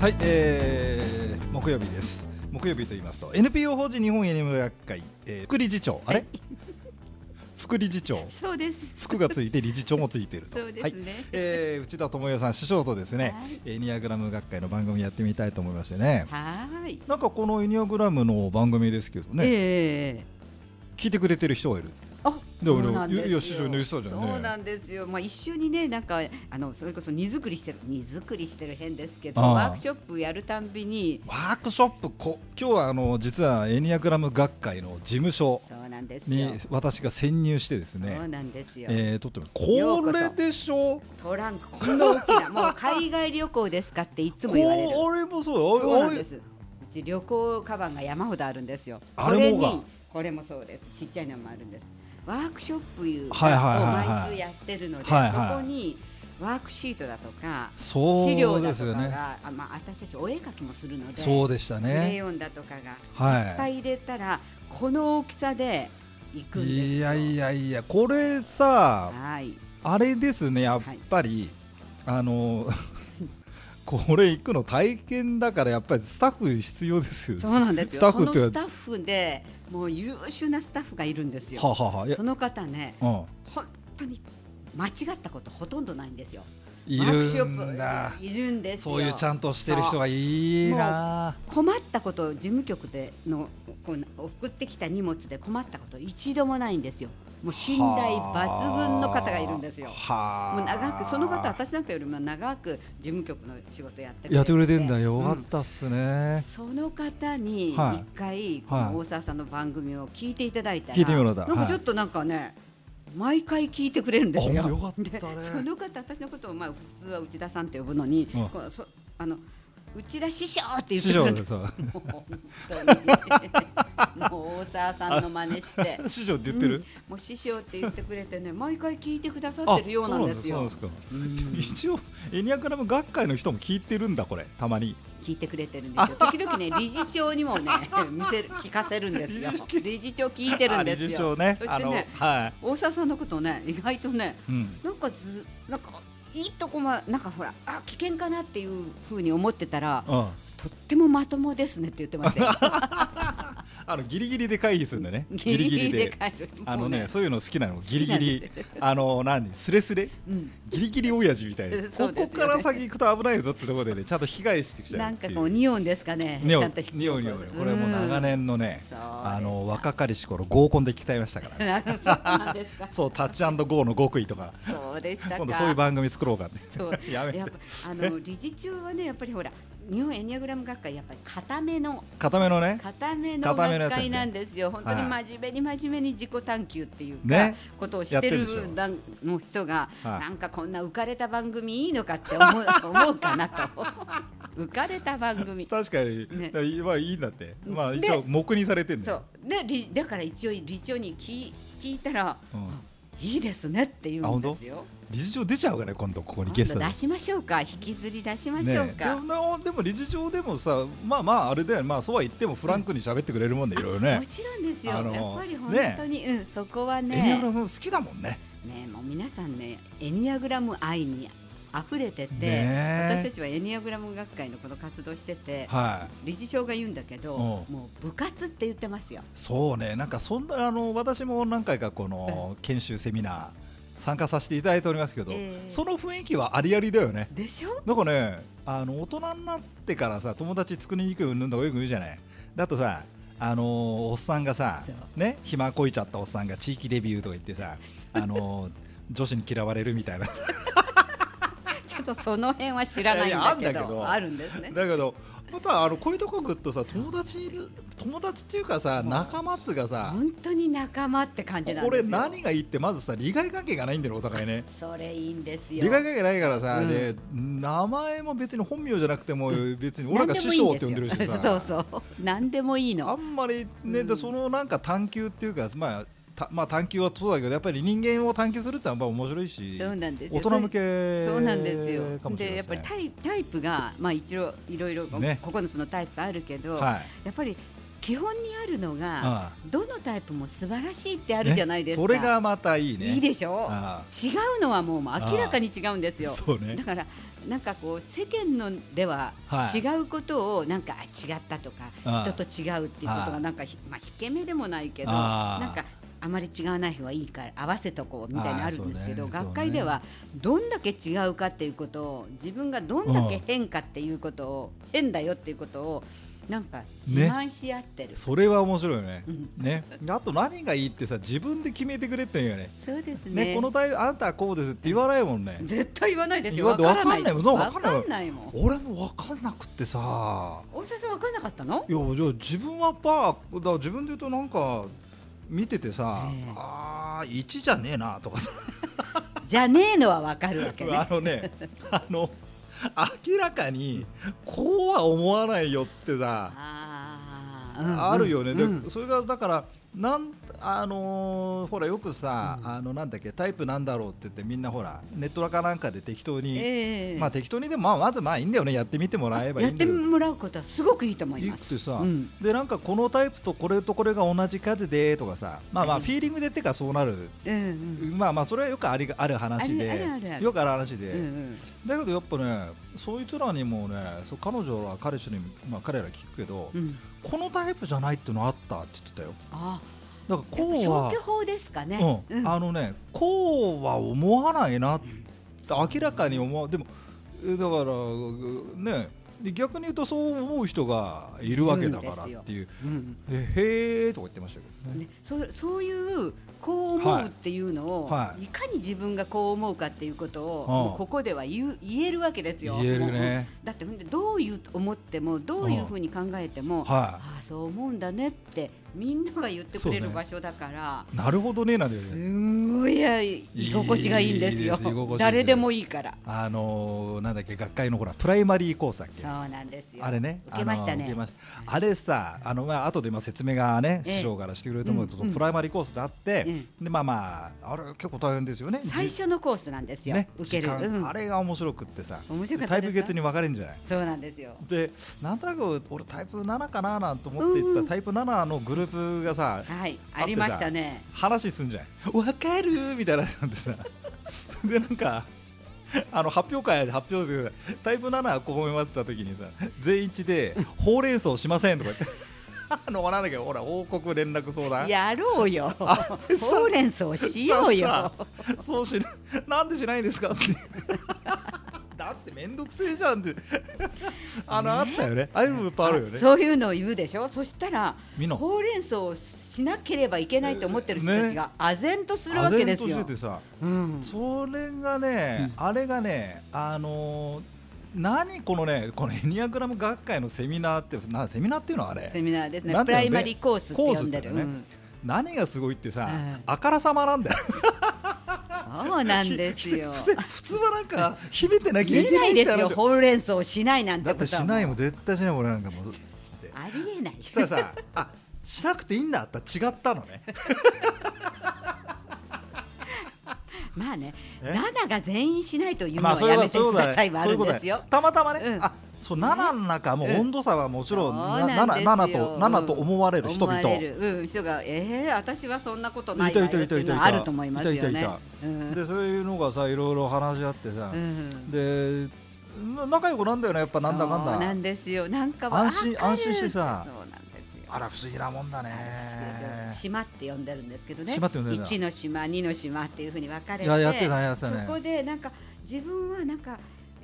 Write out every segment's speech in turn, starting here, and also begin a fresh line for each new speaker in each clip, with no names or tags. はい、えー、木曜日です。木曜日と言いますと NPO 法人日本 NM 学会、えー、副理事長あれ、 副理事長
そうです。
副がついて理事長もついていると。
そうで
はい
すね。
えー、内田智代さん師匠とですね、
はい
エニアグラム学会の番組やってみたいと思いましてね
はーい。
なんかこのエニアグラムの番組ですけどね、
ええ
聞いてくれてる人がいる
あ、
でも
そうなんですよ。
いや師匠に言ってたじゃんね
そうなんですよ。まあ一緒にね、なんかあのそれこそ荷造りしてる、荷造りしてる変ですけど、
ああ
ワークショップやるたんびに、
ワークショップこ今日はあの実はエニアグラム学会の事務所
そうなんですよ。
に私が潜入してですね
そうなんですよ。
えー、撮ってます
よう
こ
こそ
れでしょ
トランクこんな大きな、もう海外旅行ですかっていつも言われる。
こうあれもそう
そう
よ
なんです。うち旅行カバンが山ほどあるんですよ。
あ
こ
れ
れ
もが
にこれもそうです。ちっちゃいのもあるんです。ワークショップいうを
はいはいはいはい
毎週やってるので、
はいはい
そこにワークシートだとか
そう
資料
で
だ
す
と
よ
かが、
ね
あまあ私たちお絵描きもするので、
そうでした
クレ
ね
ヨンだとかがいっぱ
はい
入れたらこの大きさでいくんですよ。
いいやいやいやこれさ
はい。
あれですねやっぱり、あの これ行くの体験だからやっぱりスタッフ必要ですよ
そうなんです
スタ
よ。
ッフ
この
って
スタッフでもう優秀なスタッフがいるんですよ。
ははははいや
その方ね。
うん
本当に間違ったことほとんどないんですよ。
い
ワークシ
る
ョッ
ん
プ
だ
いるんですよ。
そういうちゃんとしてる人がいいな
困ったことを事務局でのこう送ってきた荷物で困ったこと一度もないんですよ。もう信頼抜群の方がいるんですよ。
はあ
もう長くその方私なんかよりも長く事務局の仕事やって
やってくれてんだよ
う
かったっすね、
その方に一
はい
回こ
はい
の大沢さんの番組を聞いていただいたら、
聞いてもらった
なんかちょっとなんかね、毎回聞いてくれるんです
あ
よ。
本当よか
で
ったね
その方私のことをまあ普通は内田さんって呼ぶのに、
うん
こうそあの内田師匠って言って
師
く
匠
れ
で
る。
さ
もう本当にもう大沢さんの真 似して。
師匠って言ってる、
うんもう師匠って言ってくれてね毎回聞いてくださってるようなんです
そうなん
よ
ですかそうなんですか一応エニアグラム学会の人も聞いてるんだこれたまに
聞いてくれてるんですよ時々ね理事長にもね見せる聞かせるんですよ理事長聞いてるんですよ
あ理事長ね
そし
あ
て
の
ね
は
大沢さんのことね意外とね
い、うん、
なんかずなんかいいとこまなんかほらあ危険かなっていうふうに思ってたら
うん
とってもまともですねって言ってましたよ
あのギリギリで会議するんだね
ギリギリで帰る
あの
もう
ねそういうの好きなのギリ
きな
ギ
んで
リあの何スレスレ
うん
ギリギリ親父みたいな
そうですよ
こ
ね
こから先行くと危ないぞってところでねちゃんと被害してきちゃう
なん
って
か
いう
こう匂うんですかね
ね
ちゃんと引き
に
起こ
お
す
いにおいこれもう長
うん
年のね
そう
あの若かりし頃合コンで鍛えました からね
そうなんですか
そうタッチゴーの極意とか
そうでしたか
今度そういう番組作ろうかって
そう
やめて
やっぱあの理事長はねやっぱりほら日本エニアグラム学会やっぱり固めの
固めのね
固めの
固めのや
学
つやね
会なんですよ、本当に
は
真面目に真面目に自己探求っていうか、
ね
ことをして
やっ
る
てるでしょ
なんの人が、
はい
なんかこんな浮かれた番組いいのかって思 う思うかなと、浮かれた番組。
確かに
ね
だからまあいいんだってまあ
で
一応黙にされてんだ
そ
よ
うで理だから一応、理事長に聞い聞いたら、
うん
いいですねって言うんですよ。
理事長出ちゃうからね今度ここに
今
ゲス
度
トで
出しましょうか、引きずり出しましょう
ねで
か。
もなでも理事長でもさまあまああれだよねまあそうは言ってもフランクに喋ってくれるもんでいろいろね
もちろんですよ、
あの
やっぱり本
ね
当に、うん、そこは
エニア
ね
グラム好きだもんね
ねもう皆さんねエニアグラム愛に溢れてて、
ね
私たちはエニアグラム学会のこの活動してて、
はい
理事長が言うんだけど、
うん
もう部活って言ってますよ。
そうね、なんかそんなあの私も何回かこの研修セミナー参加させていただいておりますけど、
ええ
その雰囲気はありありだよね。
でしょ？
なんかね、あの大人になってからさ友達作りにくいうんだよく言うじゃない。だとさ。あのおっさんがさ
そう、
ね、暇こいちゃったおっさんが地域デビューとか言ってさ、あ の女子に嫌われるみたいな、
ちょっとその辺は知らないん
いやいやあ
だ
んだ
けど、
けど
あるんですね。
だけど、またあのこういうとこぐっとさ、友達いる、友達っていうかさ、
もう
仲間っつうかさ、
本当に仲間って感じなん
こ
です
れ、
よ。
何がいいって、まずさ、利害関係がないんだよね、お互いね。
それいいんですよ。
理解関係ないからさ、
うん
で名前も別に本名じゃなくても別に俺なんか
何でも
師
いいん
匠っ
で
て呼
すよ
んでるしさ
そうそう。何でもいい
あ
の。
んまりね、
うん
でそのなんか探求っていうか、まあたまあ、探求はそうだけどやっぱり人間を探求するってのはやっぱ面白いし
そうなんですよ。
大人向け
そうなんですよ
か。もしれな
でや
い
っ
す
ぱ
ね
りタイタイプがまあ一応いろいろ
ね
9つのタイプあるけど、
は
やっぱり基本にあるのが、
あ
どのタイプも素晴らしいってあ
あ
るじゃないですか。
ねそれがまたいいね
いいでしょ
あ
違うのはもう明らかに違うんです
あ
よ。
そうね
だからなんかこう世間のでは
はい
違うことをなんかあ違ったとか
ああ
人と違うっていうこと
ああ
がなんかひまあ引け目でもないけど
ああ
なんかあまり違わない方がいいから合わせとこうみたいなのあるんですけ
あ
ど
あそうね
学会ではどんだけ違うかっていうことを自分がどんだけ変かっていうことを変だよっていうことをなんか自慢し合ってる。
それは面白いよね
うん
ねあと何がいいってさ自分で決めてくれって言うよね
そうです
ね
ね。
このタイプあなたはこうですって言わないもんね
絶対言わないですよ。
言わ
わからない。
わかんないもんな
わかんないもん。
俺も分かんなくってさ
大沢さんわかんなかったの
い？やじゃあ自分はパーだから自分で言うとなんか見ててさ、
ええ
あー1じゃねえなとかさ、
じゃねえのはわかるわけ
あ
ね。
のねあの明らかにこうは思わないよってさ、
あーうん
あるよね、
うん
で
うん
それがだからなんあのーほらよくさ、
うん
あのなんだっけタイプなんだろうって言ってみんなほらネットラかなんかで適当に、
ええ
まあ適当にでもまあまずまあいいんだよねやってみてもらえばいい
やっ
んだ
て
よ
もらうことはすごくいいと思いま
い
す。
いってさ
うん
でなんかこのタイプとこれとこれが同じ数でとかさまあま
う
あ
ん
フィーリングでってかそうなる、
うんうん
まあまあそれはよくありある話で
あるあるある
よくある話で、
うんうん
だけどやっぱねそいつらにもねそう彼女は彼氏に、まあ、彼ら聞くけど、
うん。
このタイプじゃないってのあったって言ってたよ
あ
だか
あ、
らこう
消
は
去法ですかね。
うんあのねこうは思わないなって明らかに思わでもえだからねで逆に言うとそう思う人がいるわけだからっていう
うん
えへーとか言ってましたけどね
ね、そうそういうこう思うっていうのを、
はいはい
い、かに自分がこう思うかっていうこと
う
を、
ん
もうここでは言う言えるわけですよ。
言えるね
もうだってほんでどういう思ってもどういうふうに考えても、
は
ああそう思うんだねってみんなが言ってくれ
そう
る
ね
場所だから、
いなるほどねなんだよ
す
ね
んごいや居心地がいいんですよ
いいです居心地いい
誰でもいいから
あのーなんだっけ学会のほらプライマリーコースだっけ
そうなんですよ
あれね
受けました
あのー
ね
受けましたあれさあのまあ後で今説明がね
ええ
師匠からしてくれると思うけど、
うんうん
プライマリーコースであって、
え
でまあまああれ結構大変ですよね
最
じ
初のコースなんですよ、
ね
受ける、
時間
うん
あれが面白くってさ
面白かった
タ
ですか
イプ別に分かれるんじゃない
そうなんですよ
でなんとなく俺タイプ7かななんて思っていった、
うんうん
タイプ7のグループがさ
はいありましたね
話すんじゃないわかるみたいな話なんでさ でなんかあの発表会で発表でタイプ7はこう思いますって言った時にさ全員一致で「ほうれん草しません」とか言って あのなんだっけほら王国連絡相談
やろうよほうれん草しようよ
さそうしななんでしないんですかって だって面倒くせえじゃんってあの、あったよねああいうのもいっぱいあるよね
そういうのを言うでしょそしたら
みんな
ほうれん草をしなければいけないと思ってる人たちが唖然とするわけです
唖然
よ
としててさ
うん
それがね、あれがね、あのー何このね、このエニアグラム学会のセミナーって、なセミナーっていうのはあ
セ
れ、
ミナーですね
なん
プ
だろ
ラ
うね
イマリーコースって呼んで
コースって
る、
ね
うん
何がすごいってさ、
うん
あからさまなんだよ、
そうなんですよ
普通普通はなんか、秘めてなきゃい
言え
け
な
ない
い
って
で
話
すよ、ほうれん草をしないなんて
だっ
こ
て
と
し
は
ないも
も
ん、
う
絶対しないもん、俺なんかもう、つって。
あり えない。
そしたらさ、あしなくていいんだった違ったのね、
まあね、
え
7が全員しないというの
まあ
は
それ
や
は
めて
そう
く
だ
ださい
ね
はあ
そうい
る
うんこと
で
だ
すよ
よ。たまたまね、
うん
あそう7の中も
うん
温度差はもちろん、
そうなんですよ
7, と7と思われる人々。
思われるうん、人が、えー、私はそんなことない
い
わ
た
よ
い
ったて
いたい
い
うた
のはあると思いますよ
いたい
ね
たい。
うん
でそういうのがさいろいろ話し合ってさ、
うん
でな仲良くなんだよねやっぱなんだかん
そうな
だ
んですよ。なんかわ
安心
わかる
安心してさ
そうなんですよ。
あら不思議なもんだね
島って呼んでるんですけどね
島って呼んでるんだ
1の島2の島っていうふうに分かれて
いややってたねやってたね
そこでなんか自分はなんか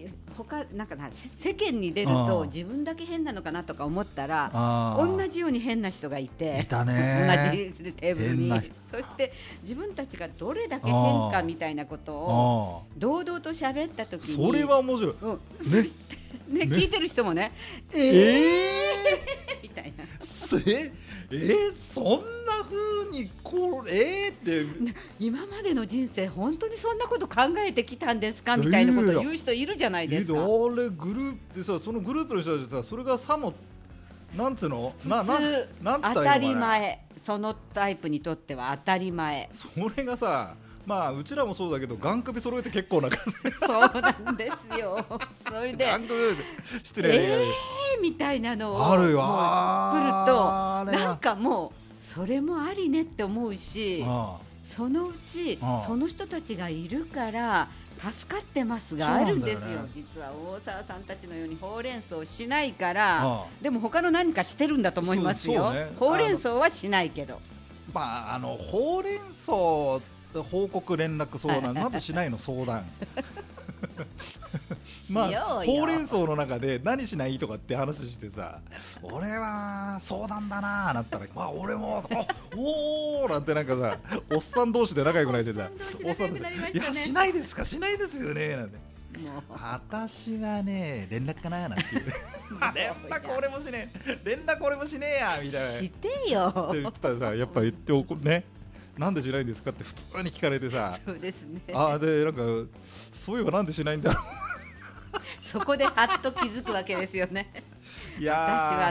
え他なんかなせ世間に出ると
うん
自分だけ変なのかなとか思ったら
あ
同
ー
じように変な人がいて
いたね
同じテーブル
変
に
な
そして自分たちがどれだけ変かみたいなことを
あ
堂々と喋った時
ー
に
それは面白い
うん
ね
ね
ね
聞いてる人もね
え
ええ
ー
みたいな
せえーそんな風にこうえーって
今までの人生本当にそんなこと考えてきたんですかみたいなことを言う人いるじゃないですか。
あれグループでさそのグループの人たちさそれがさもなんつうのな
普
な
通
なんつった
当
ら
た
いい
り
のかな
前そのタイプにとっては当た り前
それがさまあうちらもそうだけど眼首揃えて結構な感じ
そうなんですよそれで
眼首揃えて失礼な言い方で
ええー、みたいなのを
あるよ
も
あ
う
ー
来るとなんかもうそれもありねって思うし
あ
そのうち
ああ
その人たちがいるから助かってますが
そう
あ
な
るん
んだ
で
よ
す
ね
よ実は大沢さんたちのようにほうれん草をしないか
あ
ら
ああ
でも他の何かしてるんだと思います
そう
よ
そうね
ほうれん草はしないけど
まああのほうれん草報告連絡相談なんでしないの相 談
しようよ
ほうれん草の中で何しないとかって話して さ俺は相談だなーなったら、まあ、俺もあおーなんてなんかさおっさん同士で仲良くなってさ
おっさん同士仲良くなりま
い
した
や
ね
しないですかしないですよねなんて
もう
私はね連絡かなーなんて 言う連絡俺もしねえ連絡俺もしねえやみたいな
して
って
よ
言ってたらさやっぱ言っておこねなんでしないんですかって普通に聞かれてさ
そうですね
あーでなんかそういえばなんでしないんだろ
そこではっと気づくわけですよね
うい
私は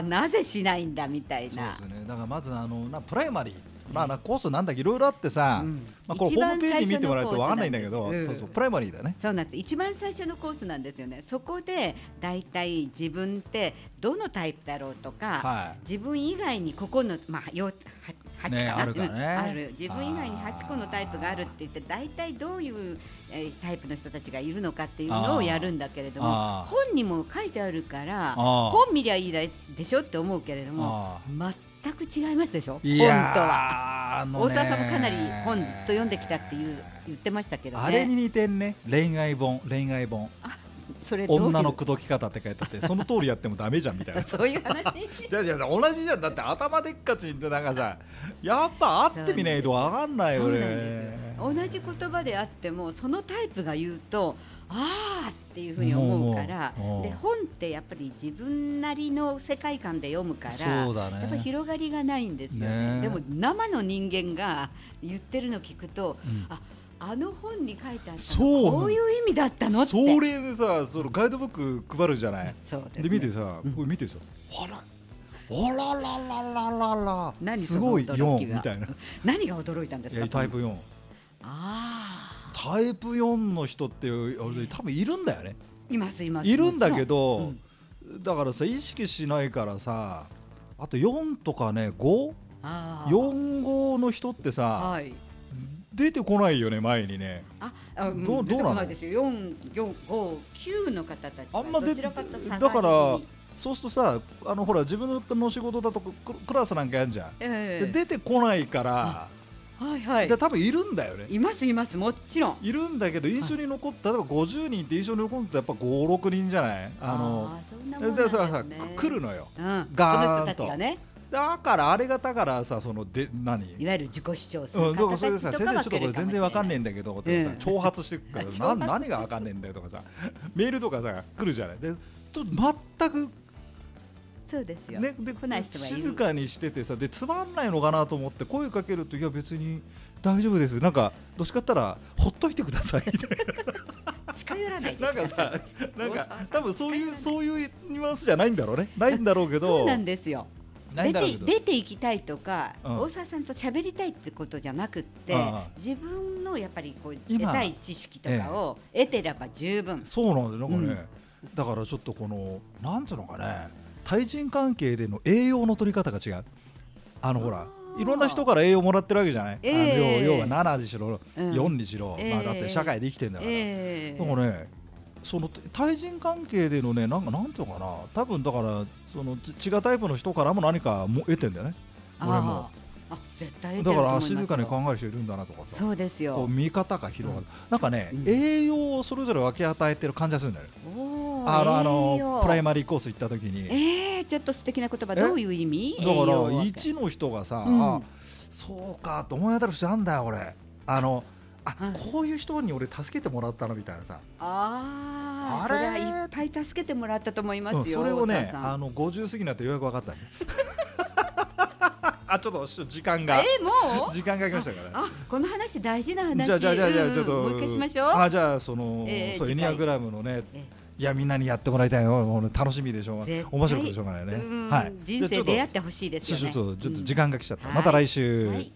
やー
なぜしないんだみたいな
そうですねだからまずあのなプライマリーまあなコースなんだいろいろあってさ、
うん
まあ、これ
一
ホー
番
ムページ見てもらうとわかんないんだけど、
最初のコー
そ
スなんです
うそうプライマリーだね
そうなんです一番最初のコースなんですよね、そこで大体自分ってどのタイプだろうとか、
はい
自分以外にここの、まあ、よ8かな、
ねあるからね
うんある自分以外に8個のタイプがあるって言って、大体どういう、えータイプの人たちがいるのかっていうのをやるんだけれども
あ、ー
本にも書いてあるか
あ
ら、
ー
本見りゃいいだでしょって思うけれども
あ、
全く違いますでしょ、本
い
と
や
は。
ーあの
大
ね
沢さんもかなり本ずっと読んできたっていう言ってましたけどね。
あれに似てんね恋愛本恋愛本
それどういう
女の口説き方って書いてあってその通りやってもダメじゃんみたいな
そういう 話
じゃじゃ同じじゃんだって頭でっかちってなんかさ やっぱ会ってみないとわかんないよ
そうなん
ね
ですよ同じ言葉であってもそのタイプが言うとああっていうふうに思うから
もうもう
で本ってやっぱり自分なりの世界観で読むから
そうだね
やっぱ広がりがないんですよね
ね
でも生の人間が言ってるの聞くと、
ん
ああの本に書いてあった
そうな
の
の
こういう意味だったのって
それでさそのガイドブック配るじゃない
そうですね
で見てさこれ見てさあらあららららららら
何
す
その
ごい
驚き
4
は
み たいな
何が驚いたんです
いや
か
タイプ4
ああ
タイプ4の人って俺多分いるんだよね
いますいます
いるんだけ
も
どだからさ意識しないからさあと4とかね
ちろんあー
54号の人ってさ
はい
出てこないよね前にね
あ、あ
どう
出てこ
どうなの
いですよ。四、四、五、九の方たちは
あんま出
ど
て
ち
だ
ら
か
かと下がり
ら
に
そうするとさあのほら自分の仕事だとククラスなんかやんじゃん、
え
で
え
出てこないから、
はいはい
で。多分いるんだよね
いますいますもちろん。
いるんだけど印象に残った例えば50人って印象に残ったやっぱ56人じゃないあの
ー、そんなも
で
んなん
で
です
ささ
ね。
く来るのよ
うん。
ガーンと
その人たちがね、
だからあれがだからさそので何
いわゆる自己主張す
う
る
ん、だか
方
ら
た
それで
ち
さ
と
先生ち
か
ょ
が
っとこ
来
れ
るか
全
もし
然
れ
わかん
な
ねえ
い。
んだけどとかさ
うん
挑発してくか
挑
ら
発
な何がわかんねえんだよとかさメールとかさ来るじゃないでちょっと全く
そうですよ。
ね、で
来ない人はいる
静かにしててさでつまんないのかなと思って声かけるといや別に大丈夫ですなんかどっちかって言ったらほっといてくださいみたい
近寄らないでく
な
だ
なんか
さい
さ なん
大
か
沢さん
多分そういうそういうニュアンスじゃないんだろうねないんだろうけど
そうなんですよ。
ないんだ
出
ろう
て
けど
出て行きたいとか、
うん
大沢さんと喋りたいってことじゃなくって、
ああ
自分のやっぱりこう得
今
たい知識とかを得てれば十分、
そうなんだよなんかね、だからちょっとこのなんていうのかね対人関係での栄養の取り方が違うあのほら
ー
いろんな人から栄養もらってるわけじゃない、
え
あの
え
要要は7にしろ、
うん
4にしろ、まあ、
ええ
だって社会で生きてんだから、
ええ
なんかね、その対人関係でのね、なんかなんていうのかな、多分だから、そのち違うタイプの人からも何かも得てんだよね、俺も。
あああ絶対得て
だか
る
ら
と思い
あ
ますよ
静かに考える人いるんだなとかさ、
そうです
こう
よ
見方が広がる、なんかね、
うん
栄養をそれぞれ分け与えてる感じがするんだよね、
おー
あのあ
栄養
のプライマリーコース行った時に。
ええちょっと素敵な言葉
え
どういう意味
だから
栄養を
1の人がさ、
うん
あそうかと思い当たる節あんだよ、俺。あのあ
うん
こういう人に俺助けてもらったのみたいなさ、
ああ
あ
そ
れ
れはいっぱい助けてもらったと思いま
うん
すよ、
それをね
大沢さん
あの50過ぎになってようやく分かった ねあちょっとし時間が
えもう
時間が来ましたから
あこの話大事な話
じゃあじゃあじゃあじゃ
う
あ
ん
ちょっと
もう一回しましょう
あじゃあその、
えー
そうエ
次
ニ
回
アグラムのね
え
いやみんなにやってもらいたいよもうね楽しみでしょうがない
絶対
面白くてしょうがないね
うん
はい
人生出会っててほしいです
ち
よ
ょ
ね
っとちょっと
うん
時間が来ちゃった、
はい
また来週、
はい